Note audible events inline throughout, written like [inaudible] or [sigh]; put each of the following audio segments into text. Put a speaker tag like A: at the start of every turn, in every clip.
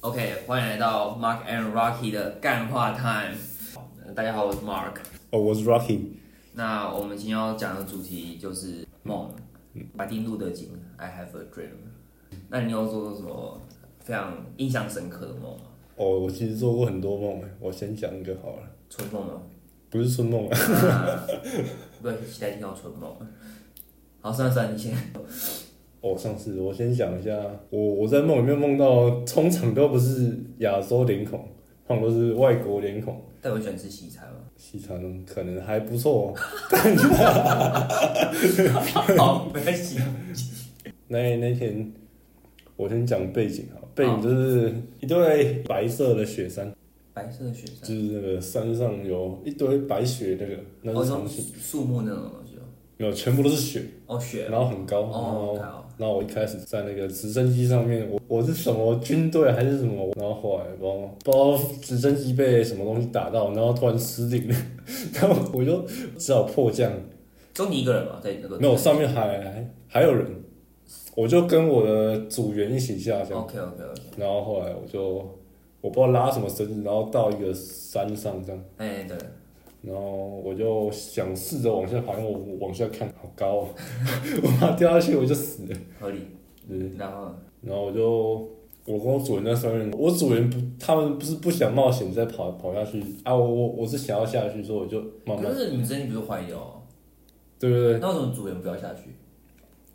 A: OK，欢迎来到 Mark and Rocky 的干话 time。呃大家好，我是 Mark。
B: 哦，我是 Rocky，
A: 那我们今天要讲的主题就是梦，马丁路德金，I have a dream。那你有做过什么非常印象深刻的梦吗？
B: 哦，我其实做过很多梦，欸我先讲一个好了，
A: 春梦吗？
B: 不是春梦啊，
A: 不对，期待听到春梦。好，算了算了，你先。
B: 哦，上次我先讲一下，我我在梦里面梦到，通常都不是亚洲脸孔，通常都是外国脸孔，
A: 但我喜欢吃西餐
B: [laughs]
A: 嘛。
B: 西餐可能还不错、哦。
A: 好，没关系。
B: 那那天我先讲背景啊，背景就是一堆白色的雪山，
A: 白色的雪山，
B: 就是那个山上有一堆白雪，那个那
A: 哦，
B: 是
A: 那
B: 场
A: 种
B: 景，
A: 树木那种东西哦。
B: 没有，全部都是雪，
A: 哦，雪。
B: 然后很高，然
A: 哦
B: 后，
A: 太好。
B: 然后我一开始在那个直升机上面，我我是什么军队还是什么，然后后来不知道不知道直升机被什么东西打到，然后突然失灵 [laughs] 了，然后我就只好迫降。
A: 就你一个人嘛，在那个。
B: 没有，上面还还有人，我就跟我的组员一起下降。
A: OK OK OK，
B: 然后后来我就我不知道拉什么绳子，然后到一个山上这样，
A: 哎对，
B: 然后我就想试着往下爬，因为我往下看好高哦， [laughs] 我怕掉下去我就死了。
A: 合理。
B: 嗯
A: 然后
B: 然后我就我跟我主人在上面，我主人不，他们不是不想冒险再跑跑下去啊，我我我是想要下去，所以我就慢慢，
A: 可是你们之间不是坏掉哦？
B: 对不对？
A: 那为什么主人不要下去？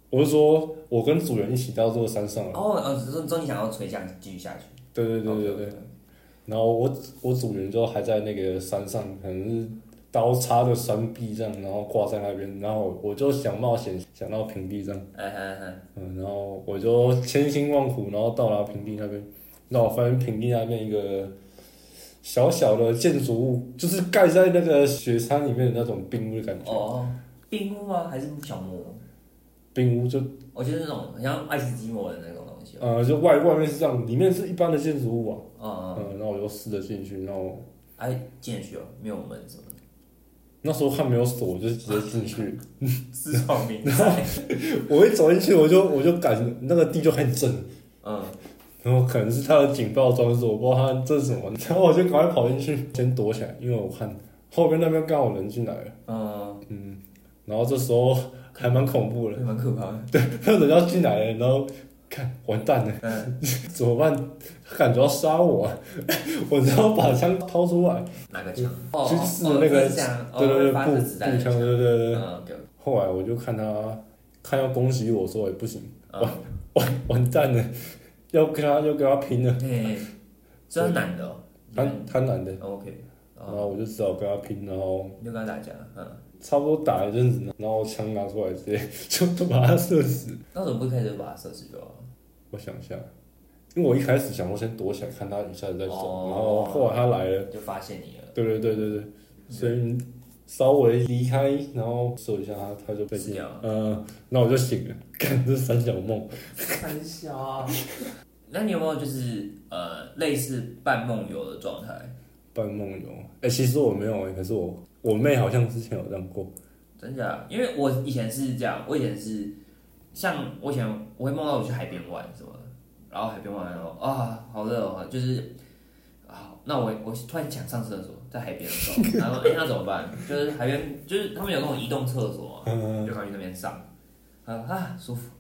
B: 我是说，我跟主人一起到这个山上了，
A: 哦哦，只是说你想要垂降继续下去。
B: 对嗯对对对对。
A: 对。
B: 然后我我主人就还在那个山上，可能是刀插着山壁这样，然后挂在那边，然后我就想冒险，想到平地这样，
A: 哎哎哎，
B: 嗯，然后我就千辛万苦，然后到达平地那边，那我发现平地那边一个小小的建筑物，就是盖在那个雪山里面的那种冰屋的感觉，
A: 哦，冰屋吗？还是小木屋？
B: 冰屋就
A: 我觉得那种很像爱斯基摩人那种东西哦。
B: 呃就外外面是这样，里面是一般的建筑物啊，
A: 嗯嗯，
B: 嗯，然后我就试着进去，然后
A: 哎，进得去哦，没有门什么的，
B: 那时候还没有锁，我就直接进去，
A: 自创
B: [laughs]
A: 名菜。
B: 我一走进去我就我就感那个地就很震，
A: 嗯，
B: 然后可能是他的警报装置，我不知道他这是什么，然后我就赶快跑进去先躲起来，因为我看后边那边刚好人进来了。
A: 嗯，
B: 嗯，然后这时
A: [laughs]
B: 候还蛮恐怖的，
A: 蛮可怕的。
B: 人要进来了，然后看完蛋了，
A: 嗯，
B: [laughs] 怎么办？感觉要杀我、啊， [laughs] 我只好把枪掏出来，
A: 哪个枪？哦，
B: 去试那个
A: 哦是这样哦
B: 对对对，
A: 发
B: 步
A: 射
B: 步
A: 子弹的
B: 枪，
A: 枪。
B: 对对对。对
A: 嗯，OK，
B: 后来我就看他，看要攻击我，说也不行， [laughs]
A: 嗯，
B: 完完蛋了，要跟他要跟他拼了，
A: 嘿，这是男的哦。嗯
B: 他他男的，
A: OK，
B: 然
A: 哦，
B: 后我就只好跟他拼，然后
A: 你就跟他打架，嗯，
B: 差不多打一阵子，然后枪拿出来，直接 [laughs] 就就把他射死。
A: 那怎么不开始把他射死就好了？
B: 我想一下，因为我一开始想说先躲起来看他一下子再走，
A: 哦
B: 然后后来他来了，
A: 就发现你了，
B: 对对对对对，所以稍微离开，然后搜一下他，他就被
A: 死掉了
B: 嗯，那我就醒了， [laughs] 干这三角梦，
A: 很小啊。那你有没有就是呃类似半梦游的状态？
B: 半梦游。哎、其实我没有、欸，可是我我妹好像之前有这样过，
A: 真假？因为我以前是这样，我以前是像我以前我会梦到我去海边玩什么的，然后海边玩完然后啊好热哦，就是啊那我我突然想上厕所，在海边的时候，然后哎、那怎么办？就是海边就是他们有那种移动厕所嘛，就跑去那边上，啊啊舒服。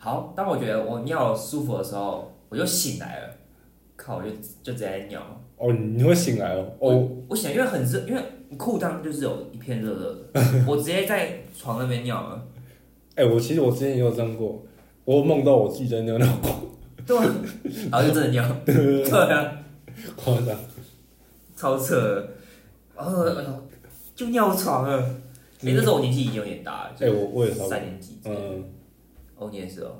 A: 好，当我觉得我尿舒服的时候，我就醒来了，靠，我就就直接尿了。
B: 哦，你会醒来哦，哦，
A: 我我想，因为很热，因为裤裆就是有一片热热的，
B: [laughs]
A: 我直接在床那边尿了。
B: 哎、我其实我之前也有这样过，我有梦到我自己在尿尿，
A: 对啊，然后就真的尿，对啊，
B: 夸张，
A: 超扯的，然后哎呦就尿床了。哎、那时候我年纪已经有点大了，
B: 哎、我我也差不多
A: 三，年级之类的，
B: 嗯。
A: 哦，你也是哦，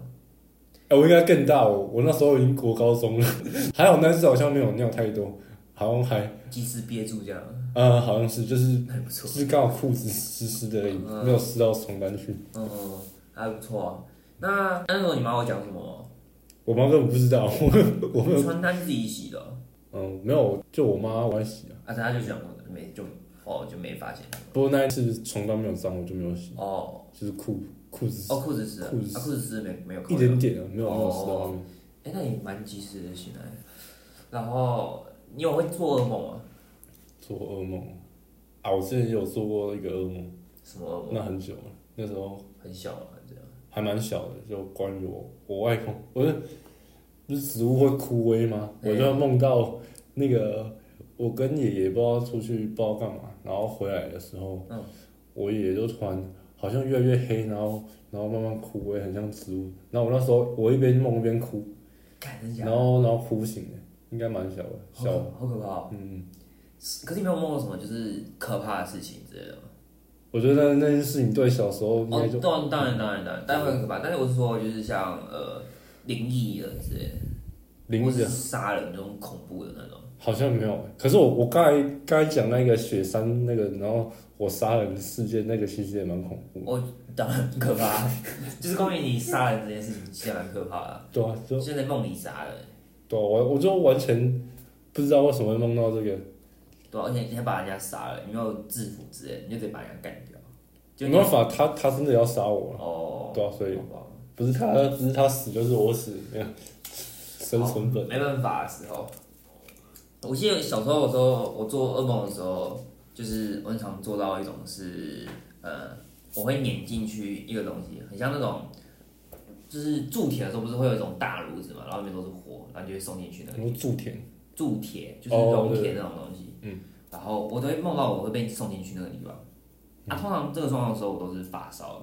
B: 哎、我应该更大，我我那时候已经国高中了， [laughs] 还好那次好像没有尿太多，好像还，
A: 及时憋住这样，
B: 呃，好像是就是
A: 还不错，
B: 是刚好裤子湿湿的而已，
A: 嗯
B: 没有湿到床单去。
A: 嗯，还不错啊。那那时候你妈会讲什么？
B: 我妈根本不知道， [laughs] 我我没有，
A: 穿单自己洗的哦，
B: 嗯，没有，就我妈我还洗啊。
A: 啊，她就讲我没就哦就没发现
B: 不过那一次床单没有脏，我就没有洗，
A: 哦
B: 就是裤裤子
A: 哦裤子湿了，
B: 裤子
A: 啊裤子湿了没没有扣
B: 一
A: 掉
B: 点点啊，没有没有湿
A: 哦
B: 到外面。
A: 哎、哎、那也蛮及时的醒来。然后你有会做噩梦啊？
B: 做噩梦啊！我之前也有做过一个噩梦，
A: 什么噩梦？
B: 那很久了，那时候
A: 很小啊，这样。
B: 还蛮小的，就关于我我外公，我是不是植物会枯萎吗？
A: 嗯
B: 我就梦到那个我跟爷爷不知道出去不知道干嘛，然后回来的时候，
A: 嗯
B: 我爷爷就突然好像越来越黑，然后然后慢慢枯萎，很像植物。然后我那时候我一边梦一边哭，
A: 看真假
B: 然
A: 的？
B: 后然后哭醒了，应该蛮小的，
A: 好
B: 小
A: 可好可怕、哦。
B: 嗯，
A: 可是你没有梦到什么就是可怕的事情之类的吗？
B: 我觉得那件事情对小时候应
A: 哦
B: 该就，
A: 当然当然当然当然，当然会很可怕。但是我是说，就是像呃灵异的之类的，
B: 灵
A: 或
B: 异
A: 是
B: 啊
A: 杀人那种恐怖的那种。
B: 好像没有。可是我我刚才刚才讲那个雪山那个，然后我杀人的事件那个其实也蛮恐怖的。
A: 哦，当然很可怕， [laughs] 就是关于你杀人这件事情，其实蛮可怕的。
B: 对啊，就
A: 现在梦里杀人，
B: 对啊我我就完全不知道为什么会梦到这个。
A: 对啊、而且你还把人家杀了，你没有制服之类的，你就得把人家干掉。就你
B: 没办法，他他真的要杀我了。
A: 哦，
B: 对啊，所以
A: 好吧
B: 不是他不是他死就是我死，没有生存本。
A: 没办法的时候，我记得小时候的时候，我做噩梦的时候，就是我很常做到一种是，呃，我会碾进去一个东西，很像那种，就是铸铁的时候不是会有一种大炉子嘛，然后里面都是火，然后你就会送进去那
B: 然
A: 个
B: 后铸铁，
A: 铸铁，就是
B: 哦
A: 熔
B: 对
A: 铁那种东西。
B: 嗯。
A: 然后我都会梦到我会被送进去那个地方。啊，
B: 嗯
A: 通常这个状况的时候，我都是发烧了。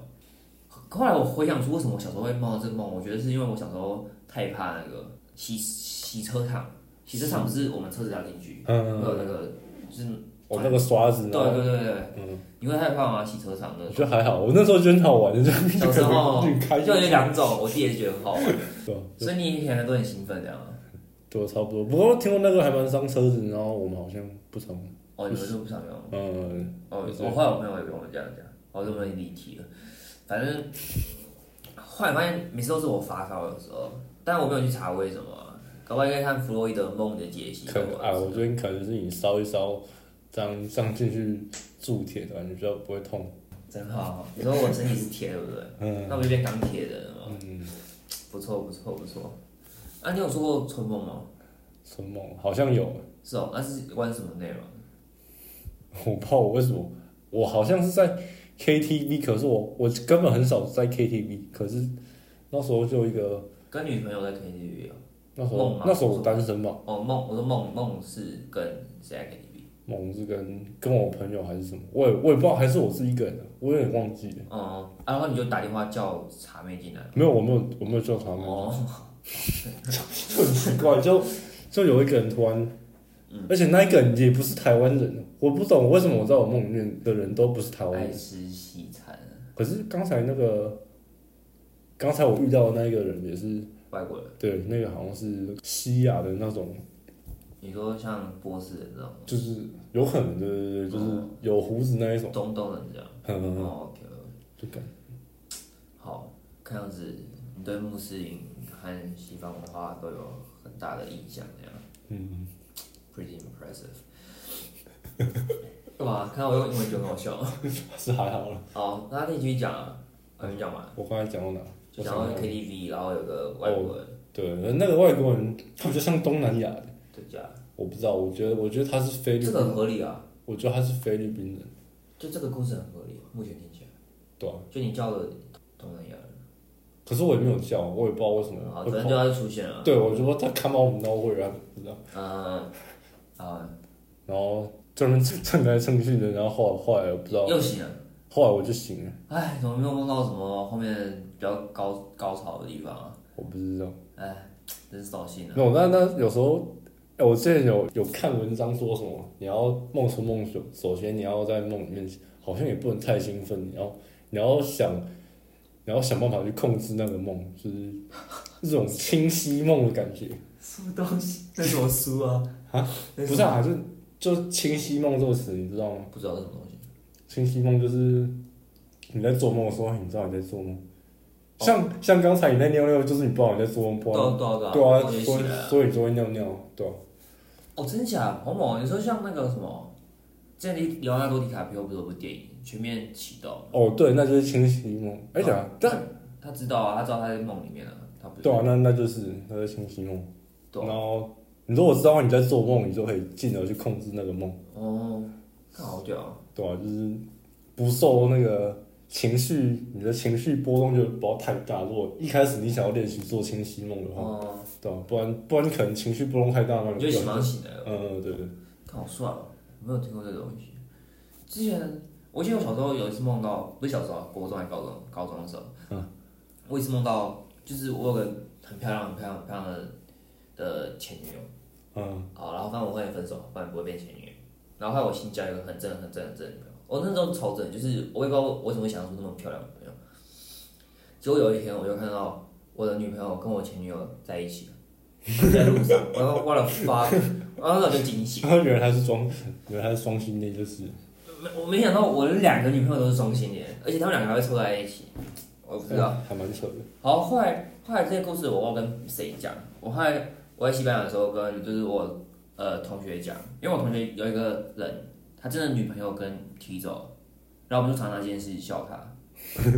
A: 后后来我回想出为什么我小时候会梦到这个梦，我觉得是因为我小时候太怕那个洗洗车场，洗车场不是我们车子要进去，会有
B: 嗯，
A: 那个就是
B: 我那个刷子
A: 对
B: 呢，
A: 对对对，
B: 嗯
A: 你会害怕吗？洗车场那
B: 我
A: 个
B: 觉得还好，我那时候觉得很好玩，就 [laughs]
A: 小时候
B: 就开
A: 就有两
B: [laughs]
A: 种，我自己也觉得很好玩，
B: 对啊
A: 所以你可能都很兴奋这样吗。
B: 对，啊差不多。不过听过那个还蛮伤车子，然后我们好像不常，
A: 哦，你们都不想用。
B: 嗯，
A: 哦，
B: 就是
A: 我后来我朋友也跟我这样讲，我这么离题了。反正后来发现每次都是我发烧的时候，但我没有去查为什么啊，搞不好应该看弗洛伊德梦的解析。
B: 可啊，我觉得可能是你烧一烧，这样这样进去铸铁的感觉比较不会痛。
A: 真好，啊你说我身体是铁，对不对？
B: 嗯
A: 那我就变钢铁人了嘛，
B: 嗯，
A: 不错不错不错。啊，你有做过春梦吗？
B: 什么梦好像有，
A: 是哦，那是关于什么内容？
B: 我不知道我为什么，我好像是在 KTV，可是我我根本很少在 KTV，可是那时候就有一个
A: 跟女朋友在 KTV 哦。
B: 那时
A: 梦
B: 候
A: 吗
B: 那时候我单身嘛，
A: 哦，梦，我说梦梦是跟谁在 KTV？
B: 梦是跟跟我朋友还是什么，我也我也不知道，还是我自己一个人的，啊我有点忘记了。
A: 哦、啊然后你就打电话叫茶妹进来。
B: 没有，我没有，我没有叫他们。
A: 哦，
B: 就很奇怪，就就有一个人突然，而且那一个人也不是台湾人，哦我不懂为什么我在我梦里面的人都不是台湾
A: 爱
B: 人。
A: 吃西餐，
B: 可是刚才那个，刚才我遇到的那一个人也是，
A: 外国人，
B: 对，那个好像是西亚的那种，
A: 你说像波斯人这种，
B: 就是有可能，对对对，就是有胡子那一种，
A: 中东人这样。
B: 嗯，
A: 哦，OK，
B: 就感
A: 好，看样子你对穆斯林和西方文化都有很大的印象，这样
B: 嗯，
A: pretty impressive。干嘛？看到我用英文就很好笑。
B: [laughs] 是还好了。
A: 好，那你继续讲啊，我们讲完，
B: 我刚才讲到哪？
A: 就讲
B: 我想
A: 到
B: 到
A: KTV，然后有个外国人，
B: 对，那个外国人，他比较像东南亚的，
A: 对这样，
B: 我不知道，我觉得，我觉得他是菲律
A: 这
B: 宾
A: 个，很合理啊，
B: 我觉得他是菲律宾人。
A: 就这个故事很合理，目前听起来，
B: 对啊，
A: 就你叫的东南亚人，
B: 可是我也没有叫，我也嗯不知道啊为什么
A: 嗯好，
B: 会
A: 反正
B: 跑。
A: 就要出现了，
B: 对，我就说他 come out n o w h e 不知道。
A: 嗯，啊，
B: 然后这边蹭来蹭去的，然后后来后来我不知道，嗯
A: 又醒了。
B: 后来我就醒了，
A: 哎，怎么没有梦到什么后面比较高高潮的地方啊？
B: 我不知道。
A: 哎，真是扫兴啊！
B: 没有，那那有时候，哎，我之前有有看文章说什么，你要梦出梦想，首先你要在梦里面，好像也不能太兴奋，你要你要想，你要想办法去控制那个梦，就是这种清晰梦的感觉。
A: [laughs] 什么东西？那什么书
B: [laughs]
A: 啊？
B: 不是啊，就就清晰梦这个词，你知道吗？
A: 不知道是什么东西。
B: 清晰梦就是你在做梦的时候，你知道你在做梦。
A: 哦
B: 像像刚才你在尿尿，就是你不知道你在做梦，不
A: 对
B: 知道
A: 啊对啊
B: 对
A: 啊！
B: 啊，
A: 我就
B: 所
A: 醒
B: 以
A: 了。
B: 所以就会尿尿，对啊，
A: 哦，真假？好猛！你说像那个什么，之前里奥纳多·迪卡皮奥不是有部电影《全面启动
B: 哦哦对，那就是清晰梦。而且啊，》，但
A: 他知道啊，他知道他在梦里面啊，他差不
B: 对
A: 多。
B: 啊，那那就是那就是清晰梦。
A: 对啊
B: 然后你如果知道你在做梦，你就可以进而去控制那个梦，
A: 哦，看好屌啊！
B: 对啊，就是不受那个情绪，你的情绪波动就不要太大。如果一开始你想要练习做清晰梦的话，
A: 哦，
B: 对啊，不然不然你可能情绪波动太大，那
A: 你就
B: 就
A: 醒马上醒来了，
B: 嗯嗯对对，
A: 看好帅哦！我没有听过这个东西。之前我记得我小时候有一次梦到，不是小时候啊，国中还是高中，高中的时候，
B: 嗯，
A: 我一次梦到，就是我有个很漂亮、很漂亮、很漂亮的的前女友。
B: 嗯
A: 好，然后反正我后来分手，反正不会变前女友。然后后来我新交一个很正、很正、很正的女朋友。我那时候超正，就是我也不知道我怎么想出那么漂亮的女朋友。结果有一天，我就看到我的女朋友跟我前女友在一起了，在路上，然后我的发，然后那时候就惊醒。
B: 然后原来他是双，原来他是双性恋，就是
A: 没，我没想到我的两个女朋友都是双性恋，而且他们两个还会凑在一起，我不知道。
B: 哎还蛮扯的。
A: 好，后来后来这些故事我忘了跟谁讲，我后来我在西班牙的时候跟就是我呃同学讲，因为我同学有一个人，他真的女朋友跟踢走了，然后我们就常常这件事笑他，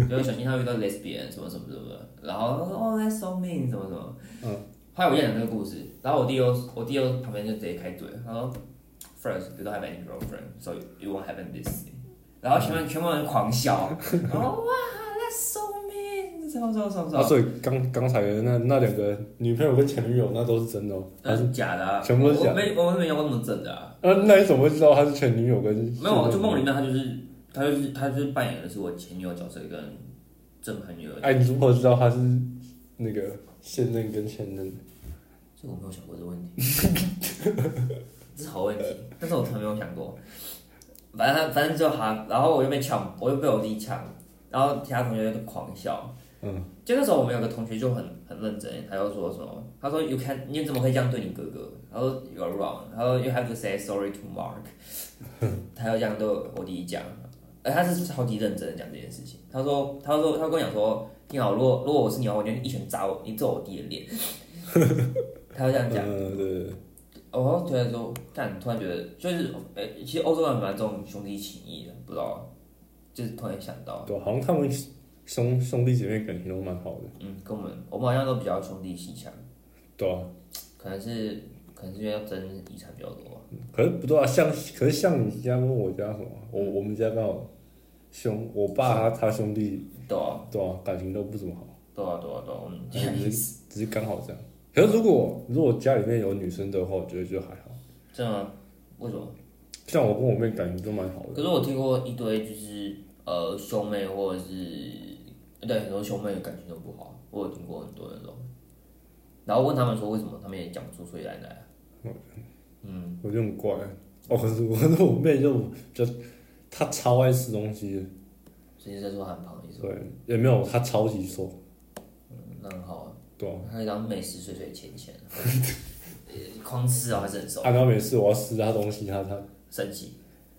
A: 因为小心他 [laughs] 遇到 lesbian 什么什么什么的，然后他说哦 that's so mean 什么什么，
B: 嗯，
A: 后来我就讲这个故事，然后我弟又我弟又旁边就直接开嘴，他说 first you don't have any girlfriend so you won't have this，thing." 然后全班全部人狂笑，然后哇 that's so mean 什么什么什么什
B: 啊，
A: 么。
B: 所以刚刚才的那那两个女朋友跟前女友那都是真的哦。
A: 那是假的、啊，
B: 全部都是假的
A: 我没，我没有那么正的啊。
B: 啊，那你怎么会知道她是前女友跟？
A: 没有，啊就梦里面他就是，他就是，他就是扮演的是我前女友角色跟正牌女友的角色。
B: 哎，你如何知道她是那个现任跟前任？
A: 这个我没有想过这个问题，这是好问题，但是我从来没有想过。反正他，反正就他，然后我又被抢，我又被我弟抢，然后其他同学就狂笑。
B: 嗯，
A: 就那时候我们有个同学就很很认真，他就说什么，他说 “You can，你怎么可以这样对你哥哥？”他说 “You're wrong。”他说 “You have to say sorry to Mark。”他就这样对我弟讲，哎，他是超级认真的讲这件事情。他说，他说，他跟我讲说，听好，如果如果我是你的话，我就一拳砸我，你揍我弟的脸。 [laughs] 他就这样讲。
B: 嗯，对对对，
A: 我哦突然说，但突然觉得，就是，呃、其实欧洲人蛮重兄弟情谊的，不知道，就是突然想到，
B: 对，啊好像他们兄兄弟姐妹感情都蛮好的，
A: 嗯，跟我们我们好像都比较兄弟戏强，
B: 对啊。
A: 可能是可能是因为要争遗产比较多吧。
B: 可是不对啊，像可是像你家跟我家什么，啊我我们家刚好兄，我爸他他兄弟
A: 对啊，
B: 对啊，感情都不怎么好，
A: 对啊，对啊，对啊，我们
B: 哎只是只是刚好这样。可是如果如果家里面有女生的话，我觉得就还好。
A: 真的吗？为什么？
B: 像我跟我妹感情都蛮好
A: 可
B: 的，
A: 是我听过一堆就是呃兄妹或者是对很多兄妹感情都不好，我有听过很多那种，然后问他们说为什么，他们也讲不出所以然来啊。嗯，
B: 我就很怪。哦，可是我可是我妹就就她超爱吃东西的，
A: 所以在说很胖，你说。
B: 对，也没有她超级瘦，
A: 那很好啊，
B: 对啊。
A: 他当美食水水钱 [laughs] 钱，呃狂吃啊，还是很瘦，
B: 啊，然后每次我要吃她东西，她她
A: 生气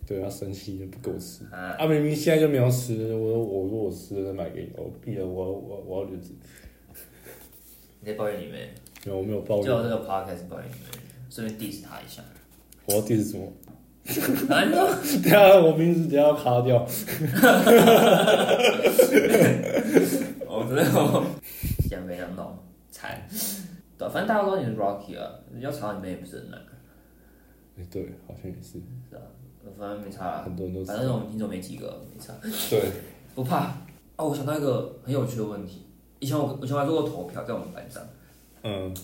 B: 对她生气不给我吃。
A: 啊，
B: 啊，明明现在就没有吃，我说我说我吃了再买给你，我闭了，我我我要留着。
A: 你在抱怨你妹，
B: 没有，我没有抱
A: 就我
B: 怨。
A: 这个 podcast 抱怨你妹，顺便 diss 他一下， [laughs] 哎
B: 我要 diss 什么？ [laughs]
A: 然后
B: 等一下我名字等一下要卡掉。
A: 我真的哦讲没讲到，惨，对，啊反正大家都知道你是 Rocky 啊，要查你妹也不是很难，
B: 哎，对，好像也是，
A: 是啊，反正没差啦，
B: 很多人都
A: 反正我们听众没几个，没差。
B: 对，
A: 不怕。哦，我想到一个很有趣的问题，以前我以前我还做过投票，在我们班上，
B: 嗯，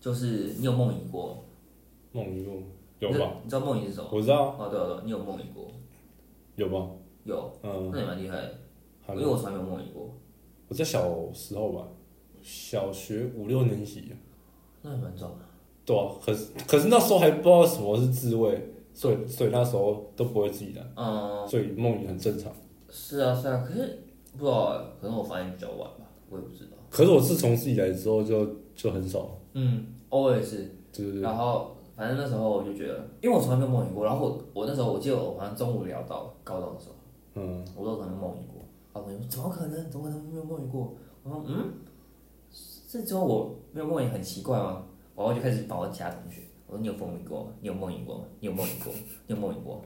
A: 就是你有梦遗过吗？
B: 梦一梦有吧？啊
A: 你知道梦遗是什么吗？
B: 我知道
A: 哦，对哦对哦，你有梦遗过？
B: 有吧？
A: 有，
B: 嗯，
A: 那也蛮厉害的，
B: 好
A: 因为
B: 了，
A: 我从来没有梦遗过，
B: 我在小时候吧，小学五六年级，
A: 那也蛮重的。
B: 对啊，可是可是那时候还不知道什么是自慰，所以所以那时候都不会自己来，
A: 嗯，
B: 所以梦也很正常。
A: 是啊是啊，可是不知道欸，可能我发现比较晚吧，我也不知道。
B: 可是我自从自己来之后就，就很少，
A: 嗯，偶尔是，
B: 就是
A: 然后反正那时候我就觉得，因为我从来没有梦遗过，然后我我那时候我记得我好像中午聊到高中的时候。
B: 嗯，
A: 我都可能梦遗过。然后我就说怎么可能？怎么可能没有梦遗过？我说嗯，这周我没有梦遗很奇怪吗？然后就开始访问其他同学，我说你有梦遗过吗？你有梦遗过吗？你有梦遗过吗？你有梦遗过吗？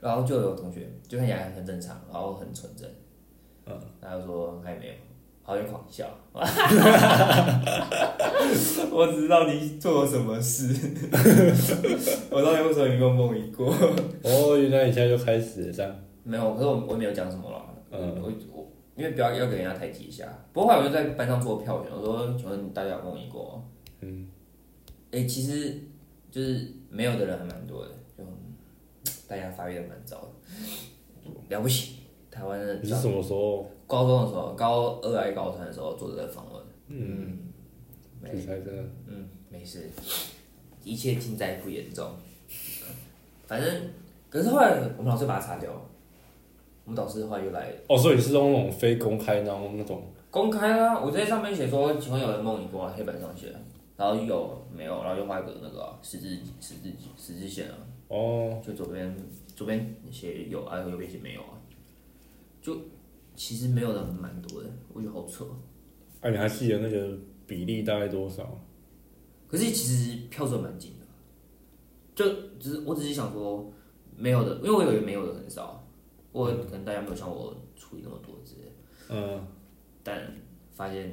A: 然后就有同学就看起来很正常，然后很纯真，嗯，他就说他也没有。然后就狂笑。 [laughs] 我只知道你做了什么事，我到底为什么你跟我梦遗过？
B: 哦，原来你现在就开始了这样，
A: 没有，可是我我也没有讲什么了。
B: 嗯，
A: 我我因为不要要给人家台阶下。不过后来我就在班上做票选，我说：“请问大家有梦遗过吗？”嗯，哎、其实就是没有的人还蛮多的，就嗯大家发育的蛮早的，了不起。台湾的
B: 你是什么时候
A: 高中的时候，高二还是高三的时候做这个访问，嗯，没
B: 去才真的？
A: 嗯，没事，一切尽在不言中。反正，可是后来我们老师把它擦掉了，我们导师后来又来
B: 哦，所以你是用那种非公开，然后那种
A: 公开啦、我就在上面写说，请问有人梦遗过吗？黑板上写，然后有没有，然后就画一个那个啊十字十字十字线啊，
B: 哦，
A: 就左边左边写有啊，右边写没有啊，就其实没有的蛮多的，我觉得好扯。
B: 哎、你还记得那个比例大概多少？
A: 可是其实票数蛮紧的，啊就只是我只是想说没有的，因为我以为没有的很少，我可能大家没有像我处理那么多之类的，
B: 嗯，
A: 但发现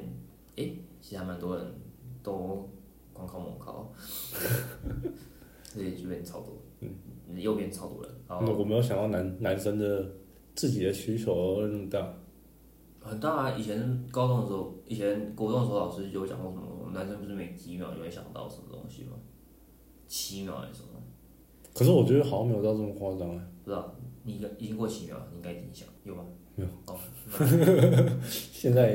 A: 诶，其实还蛮多人都光靠猛靠，所以就变超多，嗯，右边超多人，然
B: 那
A: 后
B: 我没有想到男男生的自己的需求那么大，
A: 很大啊。以前高中的时候，以前国中的时候，老师就有讲过什么，男生不是每几秒就会想到什么东西吗？七秒还是什么？
B: 可是我觉得好像没有到这么夸张啊。
A: 不知道，你应该已经过七秒了，你应该已经想有吗？
B: 没有
A: 哦，
B: 现在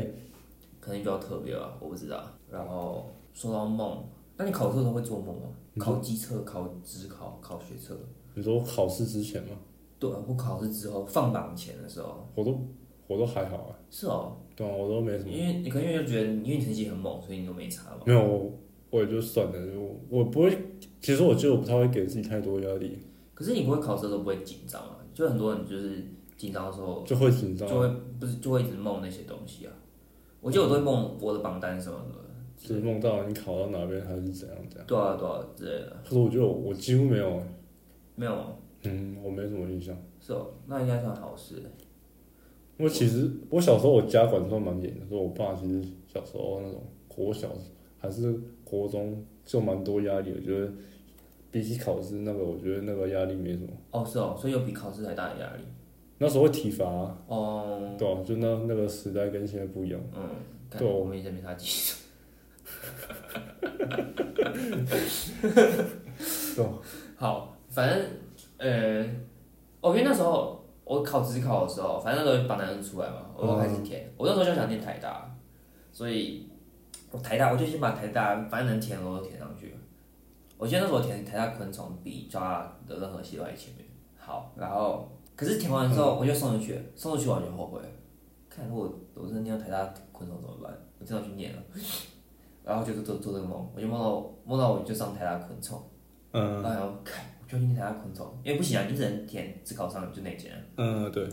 A: 可能比较特别吧，我不知道。然后说到梦，那你考试的时候会做梦吗？
B: 嗯
A: 考机测、考职考、考学测，
B: 你说考试之前嘛，
A: 对啊，我考试之后放榜前的时候，
B: 我都我都还好啊，
A: 是哦，
B: 对啊，我都没什么
A: 因，为你可能因为就觉得因为你成绩很猛，所以你都没差嘛。
B: 没有我我也就算了，我我不会，其实我觉得我不太会给自己太多压力，
A: 可是你不会考试的时候不会紧张啊？就很多人就是紧张的时候
B: 就会紧
A: 哦就
B: 张，啊
A: 会不是就会一直梦那些东西啊。我记得我都会梦我的榜单什么的，啊
B: 就是梦到你考到哪边还是怎样怎样。
A: 多少多少之类的，
B: 可是我觉得我我几乎没有，
A: 没有吗？
B: 嗯，我没什么印象。
A: 是哦，那应该算好事。
B: 因为其实我小时候我家管算蛮严的，所以我爸其实小时候那种国小还是国中就蛮多压力的，我觉得比起考试那个，我觉得那个压力没什么。
A: 哦，是哦，所以有比考试还大的压力。
B: 那时候会体罚啊、
A: 哦，
B: 对啊，就那那个时代跟现在不一样。
A: 嗯，看
B: 对哦
A: 我们以前没他记。
B: 对啊，
A: 好，反正呃，哦，因为那时候我考职考的时候，反正那时候榜单出来嘛，我就开始填。我那时候就想念台大，所以我台大我就先把台大反正能填的我都填上去了。我记得那时候我填台大昆虫比抓的任何系都在前面。好，然后可是填完之
B: 嗯
A: 后我就送出去了，送出去我就后悔了。看，如果我真的念到台大昆虫怎么办？我真的去念了，然后就做做这个梦，我就梦到梦到我就上台大昆虫。
B: 嗯
A: 哎呦，看，我就去台大昆虫，因为不行啊，你只能填只考上就那间啊。
B: 嗯，对，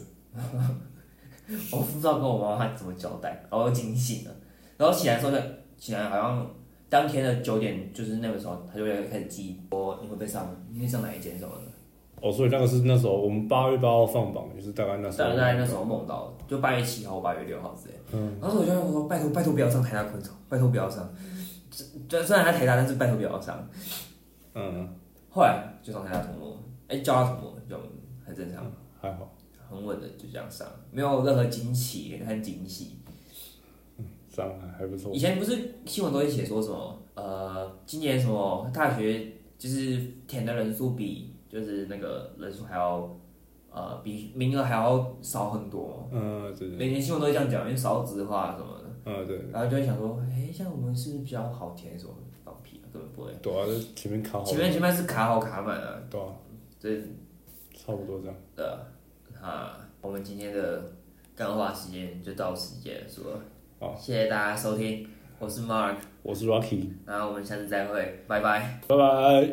A: 我不知道跟我妈妈怎么交代，然后我惊醒了，然后起来的时候呢，起来好像当天的九点，就是那个时候，他就会开始记说你会被上，你会上哪一间什么的。
B: 哦，所以那个是那时候我们八月八号放榜，就是大概那时候。
A: 大概那时候梦到的，就八月七号、八月六号之类。嗯。然后我就想说，拜托拜托不要上台大昆虫，拜托不要上。虽虽然他台大，但是拜托不要上。
B: 嗯，
A: 后来就上台大同模，哎、教他同模就很正常。
B: 还好，
A: 很稳的就这样上，没有任何惊奇和惊喜。
B: 这样嗯啊还还不错
A: 以。前不是新闻都会写说什么呃，今年什么大学就是填的人数比就是那个人数还要呃比名额还要少很多，
B: 嗯，对对，
A: 每年新闻都会这样讲，因为少子化什么的，
B: 嗯对，
A: 然后就会想说，哎、像我们是不是比较好填什么放屁啊，根本不会。
B: 对啊，就前面考好
A: 前，面前面是卡好卡满啊，
B: 对啊，
A: 这
B: 差不多这样。
A: 呃啊，我们今天的干话时间就到此结束了。
B: 好，
A: 谢谢大家收听，我是 Mark，
B: 我是 Rocky，
A: 然后我们下次再会，拜拜。
B: 拜拜。